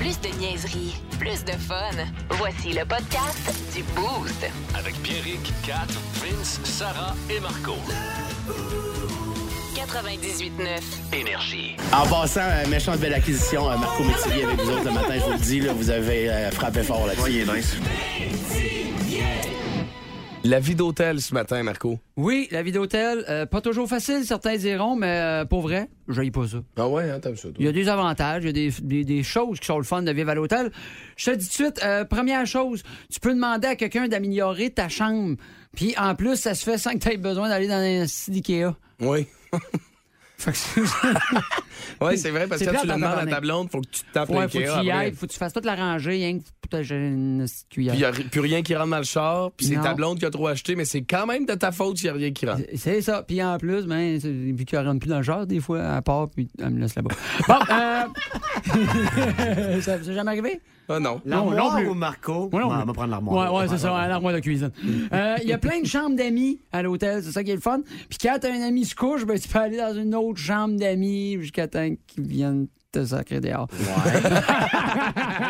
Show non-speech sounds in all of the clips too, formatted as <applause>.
Plus de niaiserie, plus de fun. Voici le podcast du Boost. Avec Pierrick, Kat, Vince, Sarah et Marco. 98.9. Énergie. En passant, euh, méchante belle acquisition, euh, Marco Métillier avec vous autres le matin, je vous le dis, là, vous avez euh, frappé fort là-dessus. La vie d'hôtel ce matin, Marco. Oui, la vie d'hôtel, euh, pas toujours facile, certains diront, mais euh, pour vrai, je pas ça. Ah ouais, hein, t'aimes ça, Il y a des avantages, il y a des, des- des choses qui sont le fun de vivre à l'hôtel. Je te dis tout de suite, euh, première chose, tu peux demander à quelqu'un d'améliorer ta chambre. Puis en plus, ça se fait sans que tu aies besoin d'aller dans un site Ikea. Oui. Fait que c'est- Oui, c'est vrai, parce que C'est quand tu le plate, demandes à tabarnak. ta blonde, faut que tu te tapes Ouais, l'IKEA faut que tu y après. ailles, faut que tu fasses toute la rangée, rien que pour te gérer une petite cuillère. Puis il n'y a ri- plus rien qui rentre dans le char, puis c'est Non. ta blonde qui a trop acheté, mais c'est quand même de ta faute s'il n'y a rien qui rentre. C'est ça. Puis en plus, ben, c'est- vu qu'elle rentre plus dans le genre, des fois, elle part, puis elle me laisse là-bas. Bon, euh... <laughs> ça vous est jamais arrivé? Ah non. non L'armoire plus. ou Marco? Ouais, non on plus. va prendre l'armoire. Ouais, ouais, c'est ça, ouais, l'armoire de cuisine. Euh, Il y a plein de chambres d'amis à l'hôtel, c'est ça qui est le fun. Puis quand t'as un ami qui se couche, ben, tu peux aller dans une autre chambre d'amis jusqu'à temps qu'ils viennent te sacrer dehors. <laughs>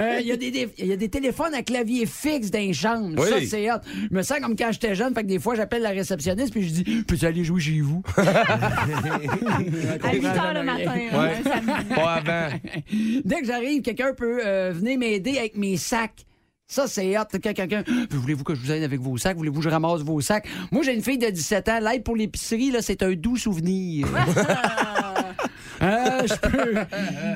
Euh, Il y, a des- des- il y a des téléphones à clavier fixe dans les chambres. Oui. Ça, c'est hot. Je me sens comme quand j'étais jeune, fait que des fois, j'appelle la réceptionniste puis je dis Peux-tu aller jouer chez vous À 8 h le matin. Ouais. Pas avant. <laughs> Dès que j'arrive, quelqu'un peut euh, venir m'aider avec mes sacs. Ça, c'est hot. Quand quelqu'un. <gasps> Voulez-vous que je vous aide avec vos sacs? Voulez-vous que je ramasse vos sacs? Moi, j'ai une fille de 17 ans. L'aide pour l'épicerie, là, c'est un doux souvenir. Euh, je, peux,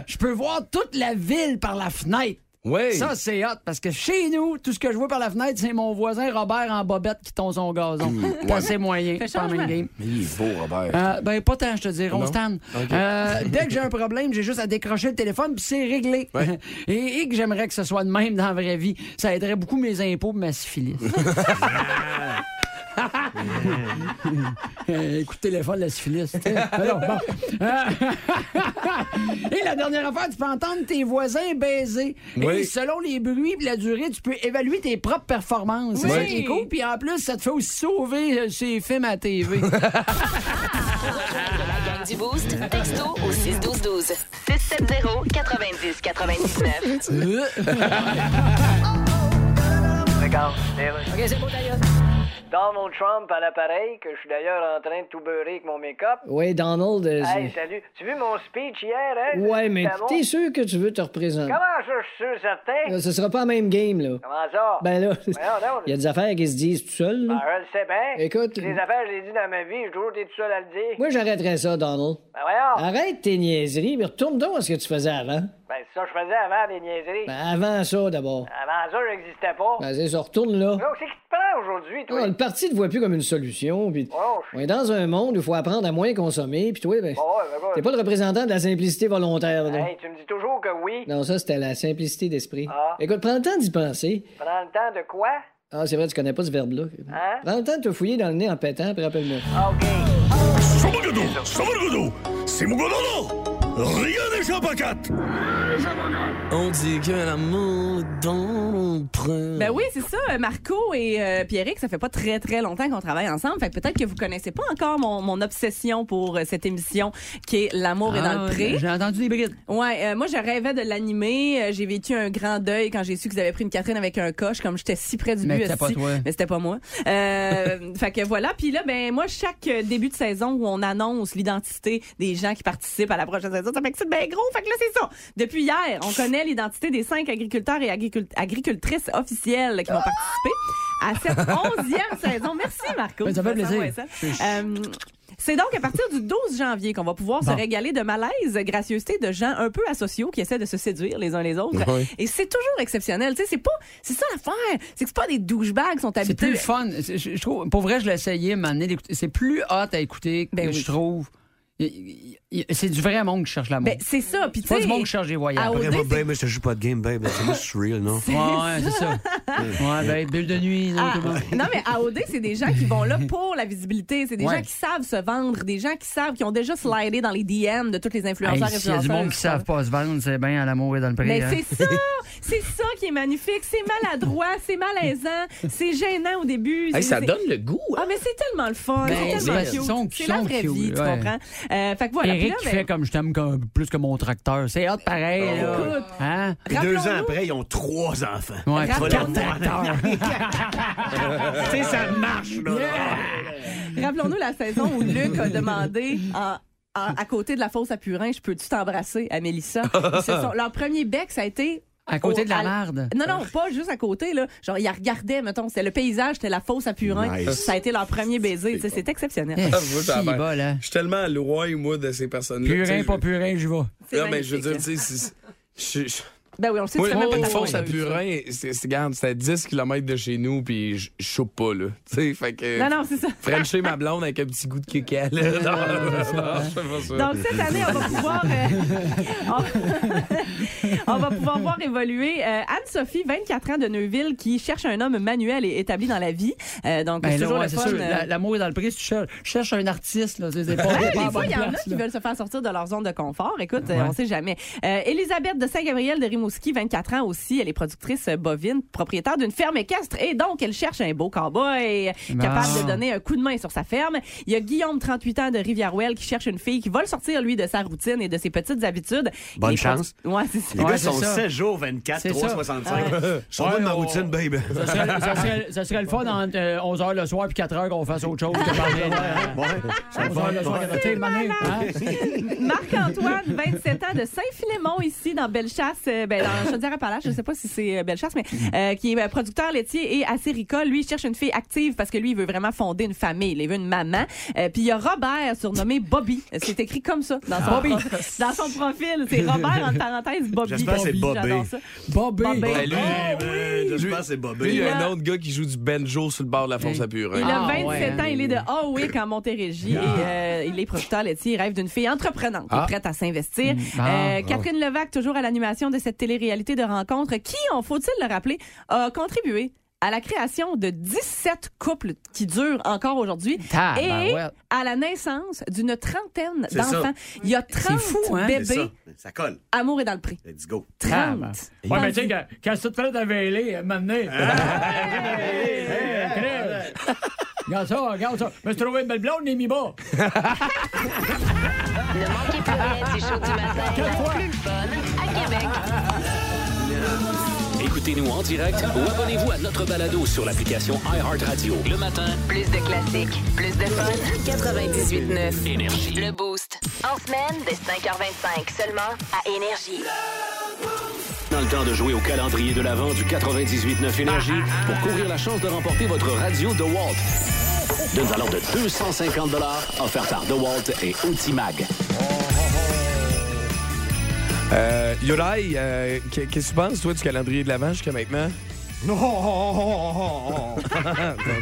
je peux voir toute la ville par la fenêtre. Oui. Ça, c'est hot, parce que chez nous, tout ce que je vois par la fenêtre, c'est mon voisin Robert en bobette qui tombe son gazon. T'as ses moyens. Fait Pas la même changement. game. Mm. Mais il est beau, Robert. Euh, ben, pas tant, je te dirais. Non? On se tanne. Ok. Euh, dès que j'ai un problème, j'ai juste à décrocher le téléphone, puis c'est réglé. Ouais. <laughs> Et, et que j'aimerais que ce soit de même dans la vraie vie. Ça aiderait beaucoup mes impôts et <laughs> ma syphilis. <laughs> Euh, écoute, téléphone, la syphilis. tu sais. Alors, bon. Euh, <laughs> et la dernière affaire, tu peux entendre tes voisins baiser. Oui. Et selon les bruits et la durée, tu peux évaluer tes propres performances. C'est ça qui est cool. Puis en plus, ça te fait aussi sauver euh, ces films à <laughs> TV. La gang du Boost, texto au 61212. 670 90 99. Donald Trump à l'appareil, que je suis d'ailleurs en train de tout beurrer avec mon make-up. Oui, Donald. euh, Hey, c'est- salut. Tu as vu mon speech hier, hein? ouais, mais C'était bon? t'es sûr que tu veux te représenter? Comment ça, je suis sûr, certain? Euh, Ce sera pas la même game, là. Comment ça? Ben là, non, il y a des affaires qui se disent tout seul, Ben, là. je le sais bien. Écoute- Les affaires, je les dis dans ma vie, j'ai toujours été tout seul à le dire. Moi, j'arrêterais ça, Donald. Ben, voyons. Arrête tes niaiseries, mais retourne donc à ce que tu faisais avant. Ben, c'est ça, que je faisais avant des niaiseries. Ben, avant ça, d'abord. Avant ça, j'existais pas. Ben, c'est ça, retourne là. Donc, c'est qui te prend aujourd'hui, toi? Ah, le parti te voit plus comme une solution, puis Oh, je- on est dans un monde où il faut apprendre à moins consommer, puis toi, ben, Bon, ouais, ben, bon. t'es pas le représentant de la simplicité volontaire, Hein? là. Hey, tu me dis toujours que oui. Non, ça, c'était la simplicité d'esprit. Ah. Écoute, prends le temps d'y penser. Prends le temps de quoi? Ah, c'est vrai, tu connais pas ce verbe-là. Hein? Prends le temps de te fouiller dans le nez en pétant, puis rappelle-moi. Ah, OK. On dit qu'un amour dans le train. Ben oui, c'est ça. Marco et euh, Pierrick, ça fait pas très, très longtemps qu'on travaille ensemble. Fait que peut-être que vous connaissez pas encore mon, mon obsession pour euh, cette émission qui est L'amour est dans le pré. Ah, J'ai entendu des brides. Ouais, euh, moi, je rêvais de l'animer. Euh, J'ai vécu un grand deuil quand j'ai su qu'ils avaient pris une Catherine avec un coche, comme j'étais si près du Mais but. c'était pas esti. toi. Mais c'était pas moi. <laughs> Euh, fait que voilà. Puis là, ben moi, chaque euh, début de saison où on annonce l'identité des gens qui participent à la prochaine saison, ça m'excite bien gros. Fait que là, c'est ça. Depuis hier, on connaît l'identité des cinq agriculteurs et agricult- agricultrices officielles qui vont participer à cette onzième saison. Merci, Marco. Ben, ça fait plaisir. Ouais, ça. Euh, c'est donc à partir du 12 janvier qu'on va pouvoir se régaler de malaise, gracieuseté de gens un peu asociaux qui essaient de se séduire les uns les autres. Oui. Et c'est toujours exceptionnel. Tu sais, c'est pas, c'est ça l'affaire. C'est que c'est pas des douchebags qui sont C'est habités. plus fun. C'est- Je, je trouve, pour vrai, je l'ai essayé, un moment donné, d'écouter. C'est plus hot à écouter, que Ben je oui. trouve. Il- il- il- C'est du vrai monde qui cherche l'amour. Ben, c'est ça. c'est Puis tu pas sais, du monde qui cherche des voyages. à Ouais, Audrey, Après, c'est- babe, je te ben, joue pas de game, babe. C'est moi, je suis real, non? ouais, c'est ça. ouais, ben, bulle de nuit, là, tout le monde. Ah, non, mais AOD, c'est des gens qui <laughs> vont là pour la visibilité. C'est des Ouais. gens qui savent se vendre, des gens qui savent, qui ont déjà slidé dans les DM de tous les influenceurs Hey, et S'il y a du monde qui savent pas se vendre, c'est bien à l'amour et dans le prix. Mais hein. c'est ça! C'est ça qui est magnifique. C'est maladroit, c'est malaisant, c'est gênant au début. Hey, c'est- ça c'est- donne le goût. hein? Ah, mais c'est tellement le fun. Ben, c'est ben, tellement ils cute. sont- C'est ils la sont vraie cute, vie, tu ouais. comprends? Euh, fait que voilà. puis Eric là, qui ben, fait comme je t'aime comme- plus que mon tracteur. C'est hot pareil, là. Écoute. Hein? Puis deux ans Rappelons-nous- après, ils ont trois enfants. Ouais, Tu vas quatre le voir. tracteurs. <laughs> tu sais, ça marche, là. Rappelons-nous la saison où <laughs> Luc a demandé en- en- à côté de la fosse à Purin, je peux-tu t'embrasser à Mélissa? Ils se sont- leur premier bec, ça a été. À côté au- de la à- marde. Non, non, pas juste à côté, là. Genre, ils regardaient, mettons, c'était le paysage, c'était la fosse à Purin. Nice. Ça a été leur premier baiser. tu sais, C'est exceptionnel. Eh, Ah, moi, si ça va. bas, là. Je suis tellement loin, moi, de ces personnes-là. Tu sais, Purin, je- pas purin, j'y vais. C'est Non, mais ben, je veux dire, magnifique. tu sais, c'est- je- je- Ben oui, on le sait, Moi, tu fais même pas une ta fosse à fosse. Purin, c'est, c'est- regarde, c'était à 10 km de chez nous, puis je je chope pas, là. Tu sais, fait que. Non, non, c'est ça. Frencher ma blonde avec un petit goût de kéké, là. Non, non, je fais pas ça. Donc <laughs> cette année, on va pouvoir, euh, <laughs> on, <laughs> on va pouvoir voir évoluer euh, Anne-Sophie, 24 ans de Neuville, qui cherche un homme manuel et établi dans la vie. Euh, donc Ben c'est là, toujours ouais, le c'est fun. sûr, euh, la- L'amour est dans le prix. Si tu cherches, cherches un artiste, là, c'est c'est pas, <laughs> Ouais, pas à des fois, bonne il y en a place, qui là. veulent se faire sortir de leur zone de confort. Écoute, euh, Ouais. on sait jamais. Euh, Elisabeth de Saint-Gabriel de Rimouski, 24 ans aussi, elle est productrice euh, bovine, propriétaire d'une ferme équestre et donc elle cherche un beau cowboy euh, Bon. capable de donner un coup de main sur sa ferme. Il y a Guillaume, 38 ans de Rivière-Ouelle, qui cherche une fille qui va le sortir, lui, de sa routine et de ses petites habitudes. Bonne Il est produ- chance. Ouais, c'est ça. Les Ouais, gars c'est sont ça. 7 jours, 24, C'est ça. 365. Je suis en Ouais, de ma on- routine, baby. Ça serait, ça serait- ça serait le fun entre 11h le soir puis 4h qu'on fasse autre chose que <laughs> parler. de- Ouais, <laughs> ça va, 11h le soir, ouais. tu sais, mané, hein? Marc-Antoine, 27 ans de Saint-Philémon, ici, dans Bellechasse, euh, ben, dans Chaudière-Appalaches, je sais pas si c'est euh, Bellechasse, mais Mm. euh, qui est euh, producteur laitier et acérica. Lui, il cherche une fille active parce que lui, il veut vraiment fonder une famille. Il veut une maman. Euh, Puis il y a Robert, surnommé Bobby. Euh, C'est écrit comme ça dans son, Bobby. dans son profil. C'est Robert, en parenthèse, Bobby. J'espère que c'est Bobby. J'adore ça. Bobby. Bobby. Ben, lui, Hey, man, Eh J'espère que c'est lui, il Bobby. y a là- un autre gars qui joue du banjo sur le bord de la fosse à Purin. Il a Ah, 27 ouais. ans, il est de Hawick en Montérégie et euh, il est producteur laitier. Il rêve d'une fille entreprenante, Ah. prête à s'investir. Ah. Euh, Catherine Levac, toujours à l'animation de cette télé-réalité de rencontre, qui, on faut-il le rappeler, a contribué à la création de 17 couples qui durent encore aujourd'hui et Tabarouette. à la naissance d'une trentaine C'est ça. d'enfants. Il y a 30 fou, hein? C'est ça. Ben, bébés. Ça colle. Ben, Amour est dans le prix. Let's go. 30. Ouais, mais tu sais, quand- quand tu te prête à véler, à m'amener. Regarde ça, regarde ça. Je me suis trouvé une belle blonde, les mi-bas. Ne manquez plus rien du show du matin. La plus fun à Québec. Écoutez-nous en direct ou abonnez-vous à notre balado sur l'application iHeartRadio. Le matin, Plus de classiques, plus de fun. 98.9. énergie. Le Boost. En semaine, dès 5h25, seulement à Énergie. Dans le temps de jouer au calendrier de l'Avent du 98.9 Énergie pour courir la chance de remporter votre radio DeWalt. D'une valeur de 250 offerte par DeWalt et Ultimag. Euh, Yorai, euh, qu'est- qu'est-ce que tu penses, toi, du calendrier de l'Avent jusqu'à maintenant? <laughs> Non,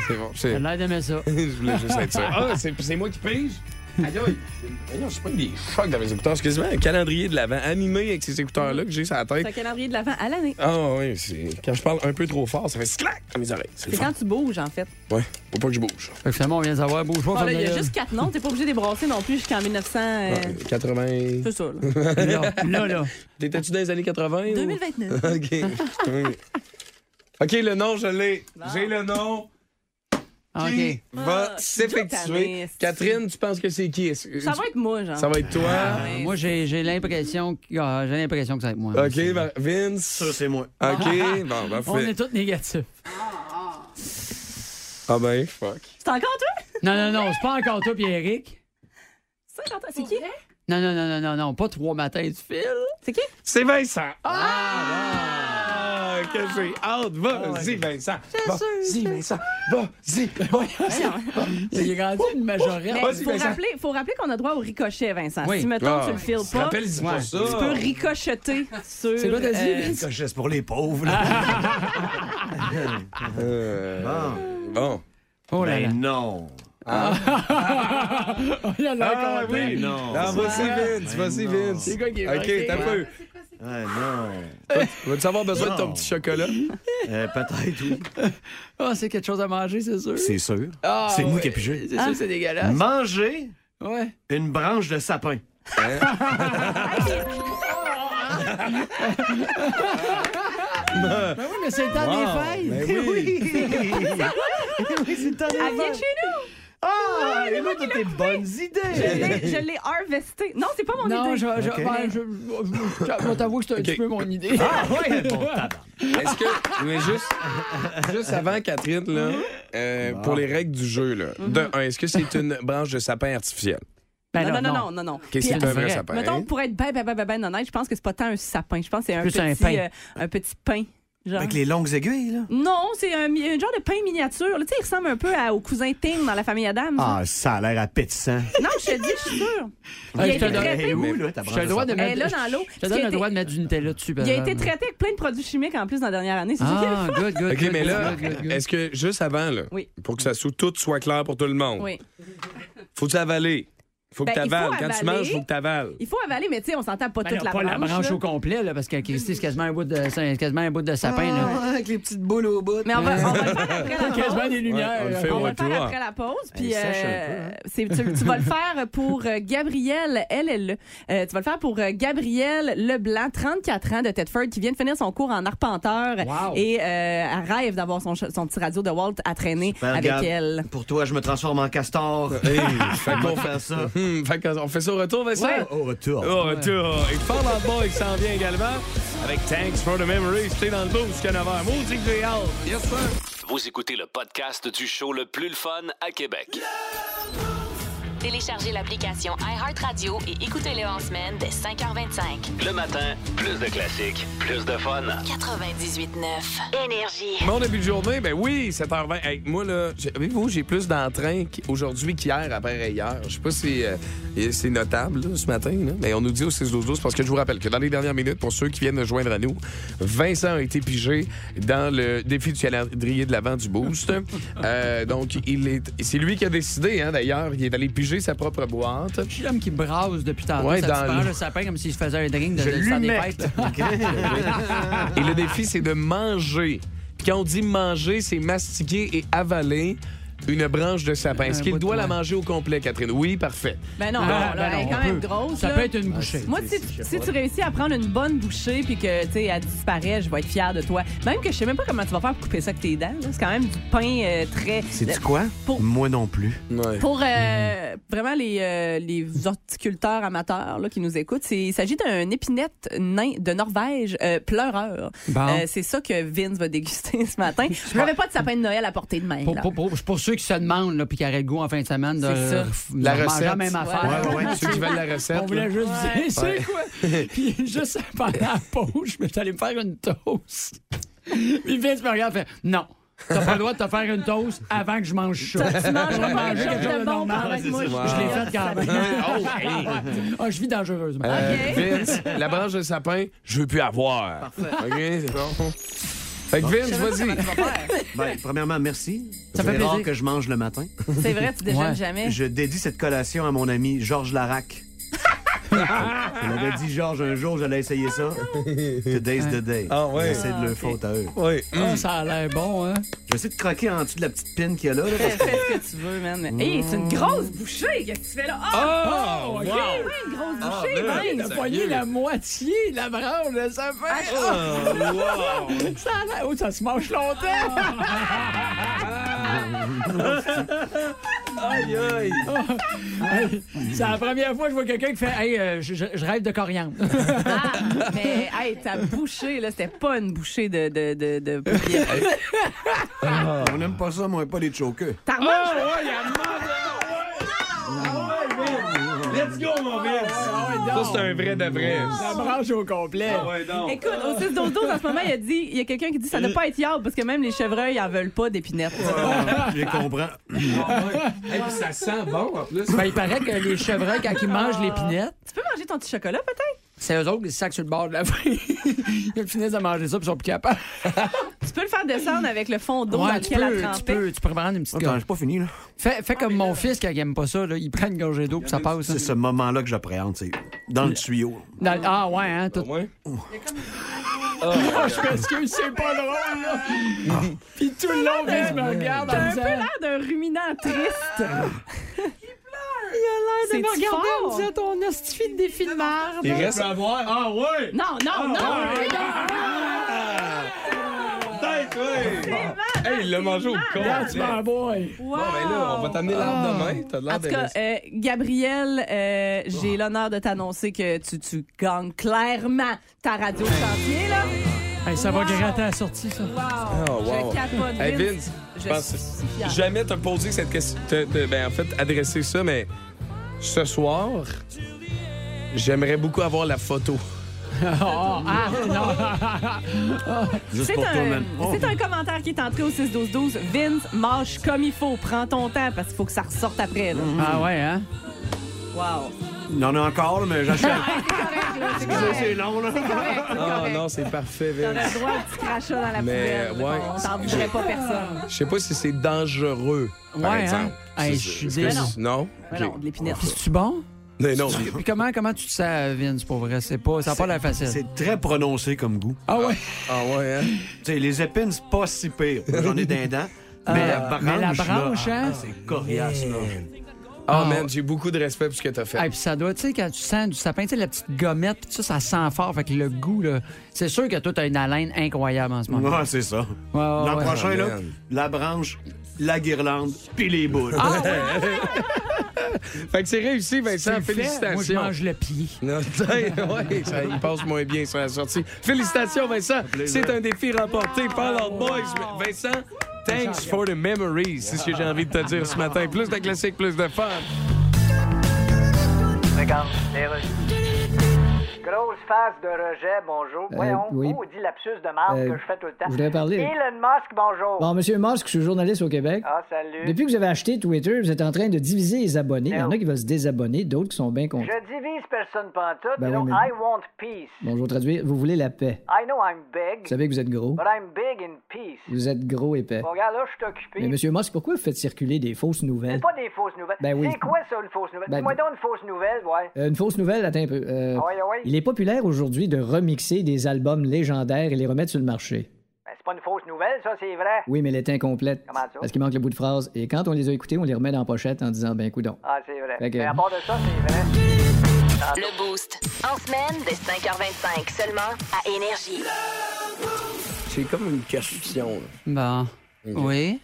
c'est bon. J'ai c'est- l'air d'aimer ça. Je voulais juste être sûr. Ah, c'est c'est moi qui pige? Aïe, aïe. Mais non, je suis pas des chocs dans mes écouteurs. Excuse-moi, un calendrier de l'Avent animé avec ces écouteurs-là que j'ai sur la C'est un tête. calendrier de l'avant à l'année. Ah oui, c'est... Quand je parle un peu trop fort, ça fait clac dans mes oreilles. C'est le C'est fun. quand tu bouges, en fait. Ouais, faut pas que je bouge. Fait que finalement, on vient de savoir, bouge pas, Bon, Ah, là, ferme il y a ta juste quatre noms. T'es pas obligé de les brasser non plus jusqu'en 1900. euh, Ouais, 80... C'est ça, là. gueule. <laughs> Là, là, là. T'étais-tu dans les années 80? ou- <laughs> 2029. OK. <laughs> OK, le nom, je l'ai. J'ai le nom. OK. va Ah, s'effectuer. jotaniste. Catherine, tu penses que c'est qui? Est-ce- Ça va être Ah, moi, genre. Ça va être toi. Ouais. Moi, j'ai j'ai l'impression que, ah, j'ai l'impression que ça va être moi. OK, Mar- Vince. Ça, c'est moi. Ah. OK, bon, ben, On est parfait. tous négatifs. Ah ben, fuck. C'est encore toi? Non, non, non, c'est pas encore toi, Pierrick. C'est encore toi? C'est qui? Non, non, non, non, non, non, pas trois matins du fil. C'est qui? C'est Vincent. Ah! Que j'ai hâte. Ah, Vas-y, Vincent. Vas-y, Vincent. Vas-y. <laughs> Il est rendu une majorette. Mais Vas-y, faut, Vincent. rappeler, faut rappeler qu'on a droit au ricochet, Vincent. Oui. Si, mettons, tu le files Tu te pas, rappelles, dis pas Ouais. ça. tu peux ricocheter sur... C'est quoi, t'as dit, Vince? Cochez pour les pauvres. là. <laughs> Euh, Bon. Oh là là. Ben non. <laughs> Il a l'air Ah content. oui. Ben non. Ah, Vas-y, Vince. Ben Vas-y, non. Vince. C'est quoi qui est OK, marqué? t'as peu. Ah non. Vas-tu avoir besoin de ton Non. petit chocolat? Euh, Peut-être, oui. Ah, c'est quelque chose à manger, c'est sûr. C'est sûr. Ah, c'est moi ouais. qui ai pigé. C'est sûr, c'est dégueulasse. Manger Ouais. une branche de <laughs> sapin. Ben oui, mais c'est le temps Wow, des fêtes. <laughs> ben oui. oui, c'est le temps des Elle vient fêtes. de chez nous. Ah, et là, t'as tes bonnes Je idées. l'ai- Je l'ai harvesté. Non, c'est pas mon Non, idée. je, je, Ok. ben, je, je- je- je t'avoue que c'est un petit peu mon idée. Ah, ouais, bon, tabarnak. Est-ce que. Mais juste, juste avant, Catherine, là, euh, Ah. pour les règles du jeu, là, de un, est-ce que c'est une branche de sapin artificiel? <laughs> Ben non, là, non, non, non, non. Qu'est-ce que c'est un vrai sapin? Mettons, hein? pour être ben, ben, ben, ben, ben honnête, je pense que c'est pas tant un sapin. Je pense que c'est un, Plus petit, un pin. euh, un petit pain. Genre. Avec les longues aiguilles, là. Non, c'est un, mi- un genre de pain miniature. Tu sais, il ressemble un peu à- au cousin Tim dans la famille Adam. Ah, ça a l'air appétissant. Non, je te dis, je suis sûre. Il a Hey, je te été donne- traité. Eh, où, là, ta Je te dois de Elle est mettre, là dans l'eau. je te donne Parce qu'il a le été- droit de mettre du Nutella dessus. Il a été Bernard. traité avec plein de produits chimiques en plus dans la dernière année. C'est ça qui est le Ah, fun. good, good. OK, good, mais good, là, good, good. est-ce que, juste avant, là, Oui. pour que ça soit, tout soit clair pour tout le monde, Oui. faut-tu avaler? Faut que Ben, il faut t'avales. Quand tu avaler. manges, faut que t'avales. Il faut avaler, mais tu sais, on s'entend pas Ben toute là, la pas branche. la branche là. au complet, là, parce que Christy, c'est quasiment un bout de, c'est quasiment un bout de sapin. Ah, là. avec les petites boules au bout. Mais on va, on va le faire après la pause. des Ouais, on le fait On au va le faire retour. après la pause. Puis, Hey, sèche un euh, peu, hein. c'est- tu, tu vas le faire pour euh, Gabrielle, elle, elle, euh, tu vas le faire pour euh, Gabrielle Leblanc, 34 ans de Tedford, qui vient de finir son cours en arpenteur. Wow. Et euh, elle rêve d'avoir son, ch- son petit radio de Walt à traîner Super, avec Gab. elle. Ben, Pour toi, je me transforme en castor. Hey, fait qu'on faire ça. Oh. Hum, fait qu'on- on fait ça au retour, Vincent? Au retour. Au retour. Et Fort Lambert qui s'en vient également avec Thanks for the Memories. C'était dans le dos jusqu'à 9h. Maudit que j'ai hâte. Yes, sir. Vous écoutez le podcast du show le plus le fun à Québec. Téléchargez l'application iHeartRadio et écoutez-le en semaine dès 5h25. Le matin, plus de classiques, plus de fun. 98.9. Énergie. Mon début de journée, ben oui, 7h20. Hey, moi, là, j'ai- savez-vous, j'ai plus d'entrain qu- aujourd'hui qu'hier après hier. Je sais pas si euh, c'est notable là, ce matin, là, mais on nous dit au 6 12 12 parce que je vous rappelle que dans les dernières minutes, pour ceux qui viennent nous joindre à nous, Vincent a été pigé dans le défi du calendrier de l'avant du Boost. Euh, donc, il est, c'est lui qui a décidé, hein, d'ailleurs. Il est allé piger sa propre boîte. Je suis l'homme qui brasse depuis tantôt. Ouais, ça dans dans le- le... sapin comme s'il se faisait un drink de, Je de sang des l'humecte. fêtes. Et le défi, c'est de manger. Puis quand on dit manger, c'est mastiquer et avaler une branche de sapin. Est-ce Un qu'il bout de doit la poing. manger au complet, Catherine? Oui, parfait. Ben non, Ah, non, là, ben elle est non, quand on même peut. grosse. Ça là. peut être une bouchée. Moi, si, si tu réussis à prendre une bonne bouchée puis que tu sais, elle disparaît, je vais être fière de toi. Même que je sais même pas comment tu vas faire pour couper ça avec tes dents. là. C'est quand même du pain euh, très. C'est du quoi? Pour- Moi non plus. Pour euh, vraiment les, euh, les horticulteurs amateurs là, qui nous écoutent, c'est- il s'agit d'un épinette nain de Norvège euh, pleureur. Bon. Euh, c'est ça que Vince va déguster <laughs> ce matin. Je n'avais pas de sapin de Noël à portée de main. Pour, là. pour, pour, pour ceux qui se demandent, là, puis qui auraient le goût en fin de semaine de, C'est ça. de La manger recette. la même affaire. Ouais, ouais, <laughs> Ceux qui veulent la recette. On là. voulait juste vous dire, Ouais. c'est quoi? Puis juste pendant la pause, je me suis allé me faire une toast. Puis Vince me regarde et fait Non, t'as pas le droit de te faire une toast avant que je mange ça. Tu mangeras pas Manger quelque chose de bon pendant que moi, Je je- l'ai fait quand même. Oh, hey. Ah, je vis dangereusement. Euh, Vince, la branche de sapin, je veux plus avoir. Parfait. OK, c'est bon. Fait que Vince, vas-y. Ben, premièrement, merci. Ça fait C'est rare plaisir. que je mange le matin. C'est vrai, tu déjeunes Ouais. jamais. Je dédie cette collation à mon ami Georges Larac. <laughs> On avait dit, Georges, un jour, j'allais essayer ça. Today's the day. Ah, ouais. C'est de leur faute à eux. Oui. Ah, ça a l'air bon, hein? Je vais essayer de croquer en dessous de la petite pine qu'il y a là. là, Fais parce que- ce que tu veux, man. Hey, c'est une grosse bouchée. Qu'est-ce que tu fais là? Ah, Oh, wow. oui, une grosse bouchée, Ah, Vince. T'as poigné la moitié, de la branche, là, ça fait. Oh, wow. Ça a l'air. Oh, ça se mange longtemps! Aïe, aïe. Ah, Hey, C'est la première fois que je vois quelqu'un qui fait Hey, euh, je, je- je rêve de coriandre. Ah, mais hey, ta bouchée, là, c'était pas une bouchée de. de, de, de... T'en On n'aime pas ça, moi, pas les chokeux. remanges? Oh, Let's go, mon Vince. Ça, c'est un vrai de vrai. La branche au complet. Écoute, au 6 12 12 en ce moment, il y a dit, il y a quelqu'un qui dit ça ne doit pas être yard parce que même les chevreuils en veulent pas d'épinettes. Ah, Je les comprends. Et puis ça sent bon, en plus. Ben, il paraît que les chevreuils, quand ils mangent l'épinette, Tu peux manger ton petit chocolat peut-être c'est eux autres qui se sacent sur le bord de la <laughs> feuille. Ils finissent de manger ça puis ils sont plus capables. Tu peux le faire descendre avec le fond d'eau dans tu lequel peux, elle tu trempait. peux, tu peux prendre une petite Attends, gorge. j'ai pas fini, là. Fais, fais comme mon fils quand il aime pas ça, là, il prend une gorgée d'eau puis ça passe. hein. C'est ce moment-là que j'appréhende, c'est dans le tuyau. Dans- ah ouais, hein, tout. Ouais. Ah, je m'excuse, c'est pas drôle, là. Puis tout le long, Vince me regarde en T'as un peu disant. l'air d'un ruminant triste. Ah. Il a l'air de me C'est-tu regarder en fort? disant ton hostifie de défi de marde. Il reste à voir. Ah ouais! Non, non, non! Hey, il l'a mangé au con. That's my boy. Wow. Bon, ben là, on va t'amener l'arbre demain. T'as de En l'air tout de cas, euh, Gabriel, euh, Ah. j'ai l'honneur de t'annoncer que tu, tu gagnes clairement ta radio chantier, là. Hey, ça va Wow. gratter à la sortie, ça. Mm. Wow. Oh, wow. Je capote, Hey, Vince. Vince, ben, Je je pense suis fière. jamais te poser cette question. te- te- ben, en fait, adresser ça, mais ce soir, j'aimerais beaucoup avoir la photo. ah, C'est un, Oh. Oh. c'est un commentaire qui est entré au 6-12-12. Vince, mange comme il faut. Prends ton temps parce qu'il faut que ça ressorte après. Là. Mm. Ah ouais, hein? Wow. Il y en a encore, <laughs> mais j'achète. c'est long, là. Ah non, c'est parfait, On a Vince. le droit à un petit crachat dans la Mais, poubelle. ouais. On t'en voudrait pas personne. Je sais pas si c'est dangereux, par Ouais, hein? exemple. Hey, C'est- je suis est-ce que dé- c'est- non. Non? Ouais, Ok. non, de l'épinette. C'est-tu bon? Mais non. Puis comment, comment tu te sens, Vince, pour vrai? C'est pas, ça n'a pas l'air facile. C'est très prononcé comme goût. Ah ouais? Ah ouais, hein? Tu sais, les épines, c'est pas si pire. J'en ai d'un <laughs> dent. Mais la Ah, branche, mais la branche, là, hein? ah, c'est coriace, là. Ah, Ah. man, j'ai beaucoup de respect pour ce que t'as fait. Ah, puis ça doit, tu sais, quand tu sens du sapin, tu sais, la petite gommette, pis tout ça, ça sent fort. Fait que le goût, là, c'est sûr que toi, t'as une haleine incroyable en ce moment. Ouais, c'est ça. Ouais, ouais, L'an ouais. prochain, là, man. la branche, la guirlande, puis les boules. Ah! Fait que c'est réussi, Vincent. Tu le fais, Moi, je Félicitations. mange le pied. <laughs> Non, ouais, ça, il passe moins bien sur la sortie. Félicitations, Vincent. C'est un défi remporté par Loud Boys. Vincent, thanks for the memories. C'est ce que j'ai envie de te dire ce matin. Plus de classiques, plus de fun. Regarde, les Grosse phase de rejet, bonjour. Voyons, Euh, oui. oh, dit lapsus de marde Euh, que je fais tout le temps. je voulais parler. Elon Musk, bonjour. Bon, Monsieur Musk, je suis journaliste au Québec. Ah, salut. Depuis que vous avez acheté Twitter, vous êtes en train de diviser les abonnés. Il y en a Non. qui veulent se désabonner, d'autres qui sont bien contents. Je divise personne pantoute, Ben oui, dis donc, mais- I want peace. Bon, je vais traduire. Vous voulez la paix. I know I'm big, Vous savez que vous êtes gros. but I'm big in peace. Vous êtes gros et paix. Bon, regarde, là, je suis occupé. Mais Monsieur Musk, pourquoi vous faites circuler des fausses nouvelles? C'est pas des fausses nouvelles. Ben oui. C'est quoi ça, une fausse nouvelle? Ben- Dis-moi donc une fausse nouvelle, ouais. Euh, une fausse nouvelle, attends un peu. Euh, Ah ouais, ah ouais. Il est populaire aujourd'hui de remixer des albums légendaires et les remettre sur le marché. Ben, c'est pas une fausse nouvelle, ça, c'est vrai. Oui, mais elle est incomplète. Comment ça? Parce qu'il manque le bout de phrase. Et quand on les a écoutés, on les remet dans la pochette en disant, ben, coudon. Ah, c'est vrai. Fait que- Mais à part de ça, c'est vrai. Le Boost. En semaine, dès 5h25, seulement à Énergie. J'ai comme une question. là. Bon. Oui.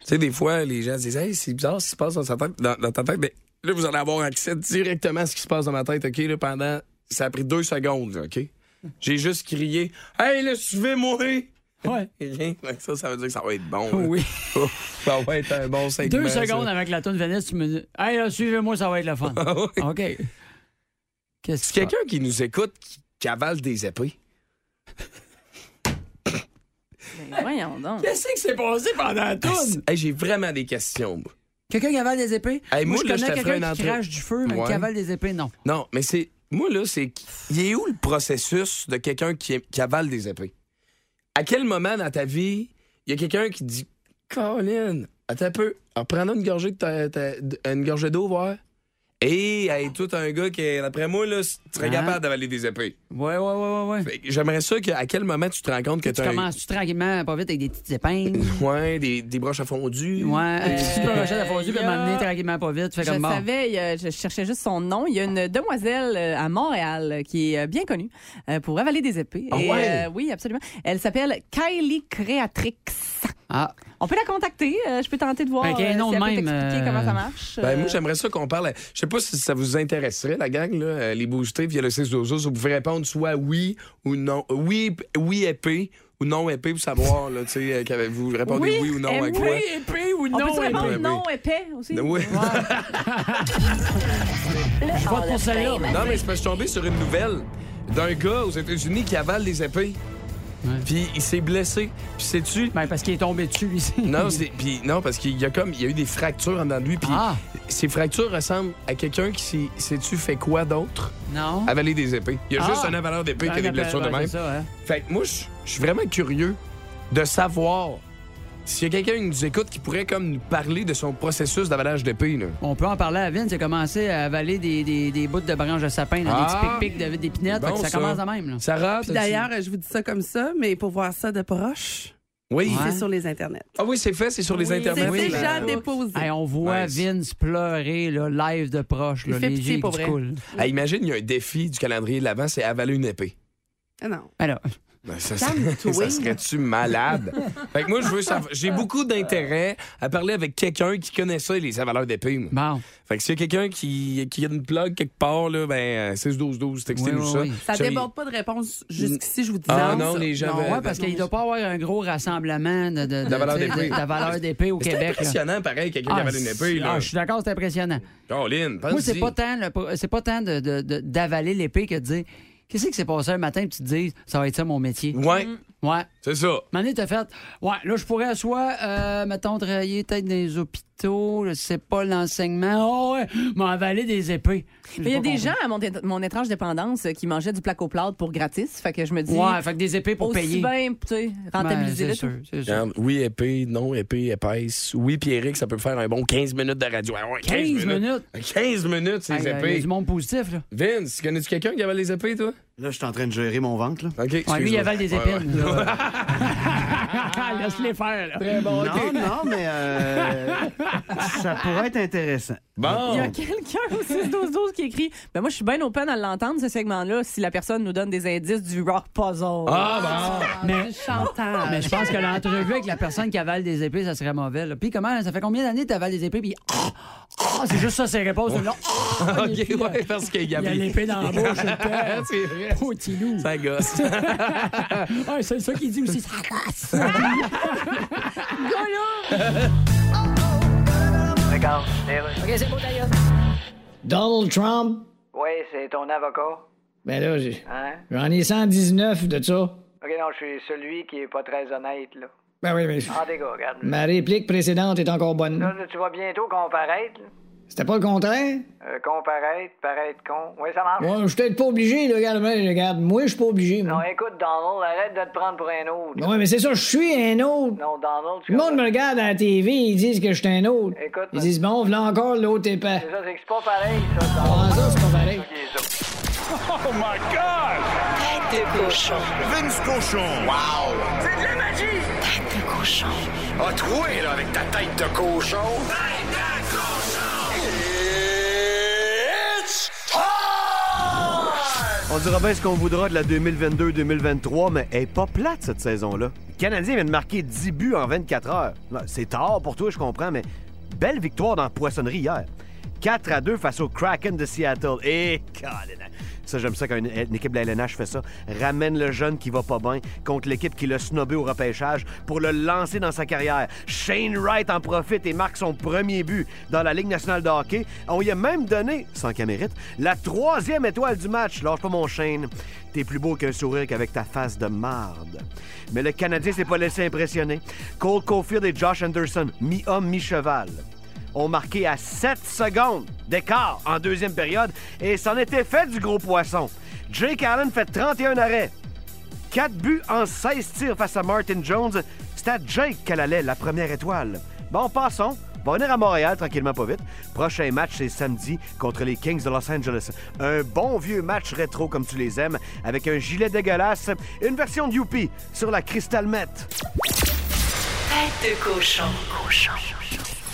Tu sais, des fois, les gens se disent Hey, c'est bizarre ce qui se passe dans, sa tête- dans- dans ta tête. Mais là, vous allez avoir accès directement à ce qui se passe dans ma tête, OK? Là, pendant. Ça a pris deux secondes, là, OK? J'ai juste crié Hey, là, suivez-moi! Ouais. Rien. Fait que Ça, ça veut dire que ça va être bon. là. Oui. <laughs> ça va être un bon segment. Deux ça. secondes avec la toune Venise, tu me dis Hey, là, suivez-moi, ça va être le <laughs> fun. Ah OK. Qu'est-ce C'est que quelqu'un qui nous écoute qui, qui avale des épées. Ben, voyons donc. Qu'est-ce qui s'est passé pendant la toune? Ah, Hey, j'ai vraiment des questions. moi. Quelqu'un qui avale des épées? Hey, moi, moi, je là, je connais te ferais quelqu'un une qui entrée. crache du feu, mais qui Ouais. avale des épées, non. Non, mais c'est. Moi, là, c'est. Il est où le processus de quelqu'un qui, qui avale des épées? À quel moment dans ta vie, il y a quelqu'un qui dit Colin, attends un peu, en prenant une gorgée, de ta- ta- de- une gorgée d'eau, voir. Et, hey, toi, t'as un gars qui, est- d'après moi, là, tu serais Hein? capable d'avaler des épées. Ouais, ouais, ouais, ouais. ouais. Fait que J'aimerais ça qu'à quel moment tu te rends compte que Tu t'as un- commences-tu tranquillement, pas vite, avec des <laughs> petites épingles? Ouais, des, des broches à fondu. Ouais, si tu peux rocher la fondue, puis il y a- m'amener tranquillement pas vite, tu fais Je comme mort. savais, il y a- je cherchais juste son nom. Il y a une demoiselle euh, à Montréal euh, qui est euh, bien connue euh, pour avaler des épées. Ah Et, ouais? euh, oui, absolument. Elle s'appelle Kylie Créatrix. Ah, On peut la contacter. euh, je peux tenter de voir Fait qu'il y a un euh, nom si elle de peut même, t'expliquer euh, comment ça marche. Ben, Euh, moi, j'aimerais ça qu'on parle. à- Je sais pas si ça vous intéresserait, la gang, là, euh, les boostés via le 6 12 Vous pouvez répondre soit oui ou non. euh, Oui, p- oui épée ou non épée pour savoir, là, tu sais, euh, que vous répondez oui, ou non euh, à quoi. oui, épée ou On peut non répondre épais. non épais aussi? Ben Oui. <laughs> Le Hall pour of celle-là. Fame. non, mais c'est parce que je suis tombé sur une nouvelle d'un gars aux États-Unis qui avale des épées. Puis il s'est blessé. Puis sais-tu. Ben, parce qu'il est tombé dessus, lui. ici. Non, c'est- puis non, parce qu'il y a comme il y a eu des fractures en dedans de lui. Puis <laughs> Ah. ces fractures ressemblent à quelqu'un qui s'est- sais-tu fait quoi d'autre? Non. avaler des épées. Il y a Ah. juste un avaleur d'épées qui a des Ouais, blessures de ouais, même. c'est ça, hein. Fait que moi, je je suis vraiment curieux de savoir s'il y a quelqu'un qui nous écoute qui pourrait comme nous parler de son processus d'avalage d'épées. là. On peut en parler à Vince. Il a commencé à avaler des, des, des bouts de branches de sapin, là, Ah. des petits pics-pics de- d'épinettes. Bon, Fait que ça, ça. commence de même. Là. Sarah, Puis <laughs> t'as-tu- d'ailleurs, je vous dis ça comme ça, mais pour voir ça de proche, Oui. Ouais. c'est sur les internets. Ah oui, c'est fait, c'est sur les Oui, internets. ben, C'est oui, déjà là. déposé. Hey, on voit Nice. Vince pleurer là, live de proche. Il Là, fait les pitié, yeux pour qui vrai. coulent. Ah, imagine, il y a un défi du calendrier de l'avant, c'est avaler une épée. Ah Non. Alors, Ben, ça, Calme-toi. <laughs> ça serait-tu malade? fait que moi, je veux savoir- J'ai beaucoup d'intérêt à parler avec quelqu'un qui connaît ça, les valeurs d'épines. Bon. Fait que s'il y a quelqu'un qui, qui a une plug quelque part, là, ben, 6-12-12, textez-nous Oui, ça. oui, oui. Ça Je- déborde pas de réponse jusqu'ici, je vous dis. Ah non, les gens veulent- Non, ouais, parce qu'il ne doit pas avoir un gros rassemblement de, de, De la valeur tu sais, d'épée. de- de la valeur d'épée au C'est Québec. là. impressionnant, pareil, quelqu'un qui Ah, avale une c'est- épée. Là. Ah, ah, je suis d'accord, c'est impressionnant. Colin, pense Moi, c'est pas tant, le pro- c'est pas tant de- de- de- d'avaler l'épée que de dire Qu'est-ce qui s'est passé un matin et tu te dis Ça va être ça mon métier. Ouais. Ouais. C'est ça. Mané, t'as fait Ouais, là, je pourrais soit, euh, mettons, travailler peut-être dans les hôpitaux, je sais pas, l'enseignement. Oh, ouais, m'avaler des épées. J'ai Mais il y a pas des compris. gens à mon, dé- mon étrange dépendance euh, qui mangeaient du placo plâtre pour gratis. Fait que je me dis. Ouais, fait que des épées pour aussi payer. bien, tu sais, rentabiliser Ben, le c'est tout. sûr, c'est sûr. Regarde, Oui, épée, non, épée, épaisse. Oui, Pierrick, ça peut faire un bon 15 minutes de radio. Ah ouais, 15, 15 minutes. 15 minutes, ces Hey, euh, Il y a épées. du monde positif, là. Vince, connais-tu quelqu'un qui avale les épées, toi? Là, je suis en train de gérer mon ventre. Là. OK, Ouais, lui, il excuse-moi. avale des Ouais, ouais. épines. là. <laughs> Laisse-les faire, là. Très bon, OK. Non, non, mais euh, <laughs> ça pourrait être intéressant. Il y a Bon. <laughs> quelqu'un au 6-12-12 qui écrit ben Moi, je suis bien open à l'entendre, ce segment-là, si la personne nous donne des indices du rock puzzle. <laughs> Ah, Mais- Chantal. Mais je pense que l'entrevue avec la personne qui avale des épées, ça serait mauvais. là. Puis comment, ça fait combien d'années que tu avales des épées? Puis ah, ah, c'est juste ça, ses réponses. là. bon. Ah, et puis, OK, euh, ouais, parce qu'il y Il y a avait... l'épée dans la bouche. le père. C'est vrai. Oh, Tilou. Ça gosse. Ah, c'est ça qu'il dit aussi, ça glace. Regarde, c'est vrai. Donald Trump, Oui, c'est ton avocat. ben là, j'ai- Hein? j'en ai 119 de ça. Ok, non, je suis celui qui est pas très honnête, là. Ben oui, mais En dégâts, regarde. ma réplique précédente est encore Là, bonne. là, tu vas bientôt comparaître, là. C'était pas le contraire? Euh, comparaître, paraître con. Oui, ça marche. Ouais, je suis peut-être pas obligé, là, regarde, mais regarde, moi, je suis pas obligé. Non, Moi. Ben écoute, Donald, arrête de te prendre pour un autre. Ouais, mais c'est ça, je suis un autre. Non, Donald, tu Le monde comprends- me regarde à la TV, ils disent que je suis un autre. Écoute, Ils disent, bon, voilà encore l'autre épais. C'est ça, c'est que c'est pas pareil, ça, Donald. Ah, ça, c'est pas pareil. Ok, ça. Tête de cochon. Vince Cochon. Wow! C'est de la magie! Tête de cochon. Ah, troué, là, avec ta tête de cochon. Tête de cochon! It's time! On dira bien ce qu'on voudra de la 2022-2023, mais elle est pas plate cette saison-là. Le Canadien vient de marquer 10 buts en 24 heures. Ouais, C'est tard pour toi, je comprends, mais belle victoire dans la poissonnerie hier. 4 à 2 face au Kraken de Seattle. Et Colin, Ça, j'aime ça quand une, une équipe de la LNH fait ça. Ramène le jeune qui va pas bien contre l'équipe qui l'a snobé au repêchage pour le lancer dans sa carrière. Shane Wright en profite et marque son premier but dans la Ligue nationale de hockey. On lui a même donné, sans qu'elle mérite, la troisième étoile du match. Lâche pas mon Shane. T'es plus beau qu'un sourire qu'avec ta face de marde. Mais le Canadien s'est pas laissé impressionner. Cole Caulfield et Josh Anderson, mi-homme, mi-cheval ont marqué à 7 secondes d'écart en deuxième période et c'en était fait du gros poisson. Jake Allen fait 31 arrêts. 4 buts en 16 tirs face à Martin Jones. C'était à Jake qu'elle allait, la première étoile. Bon, passons. On va venir à Montréal tranquillement, pas vite. Prochain match, c'est samedi contre les Kings de Los Angeles. Un bon vieux match rétro comme tu les aimes, avec un gilet dégueulasse, une version de Youpi sur la Crystal Meth. Tête de cochon. Cochon.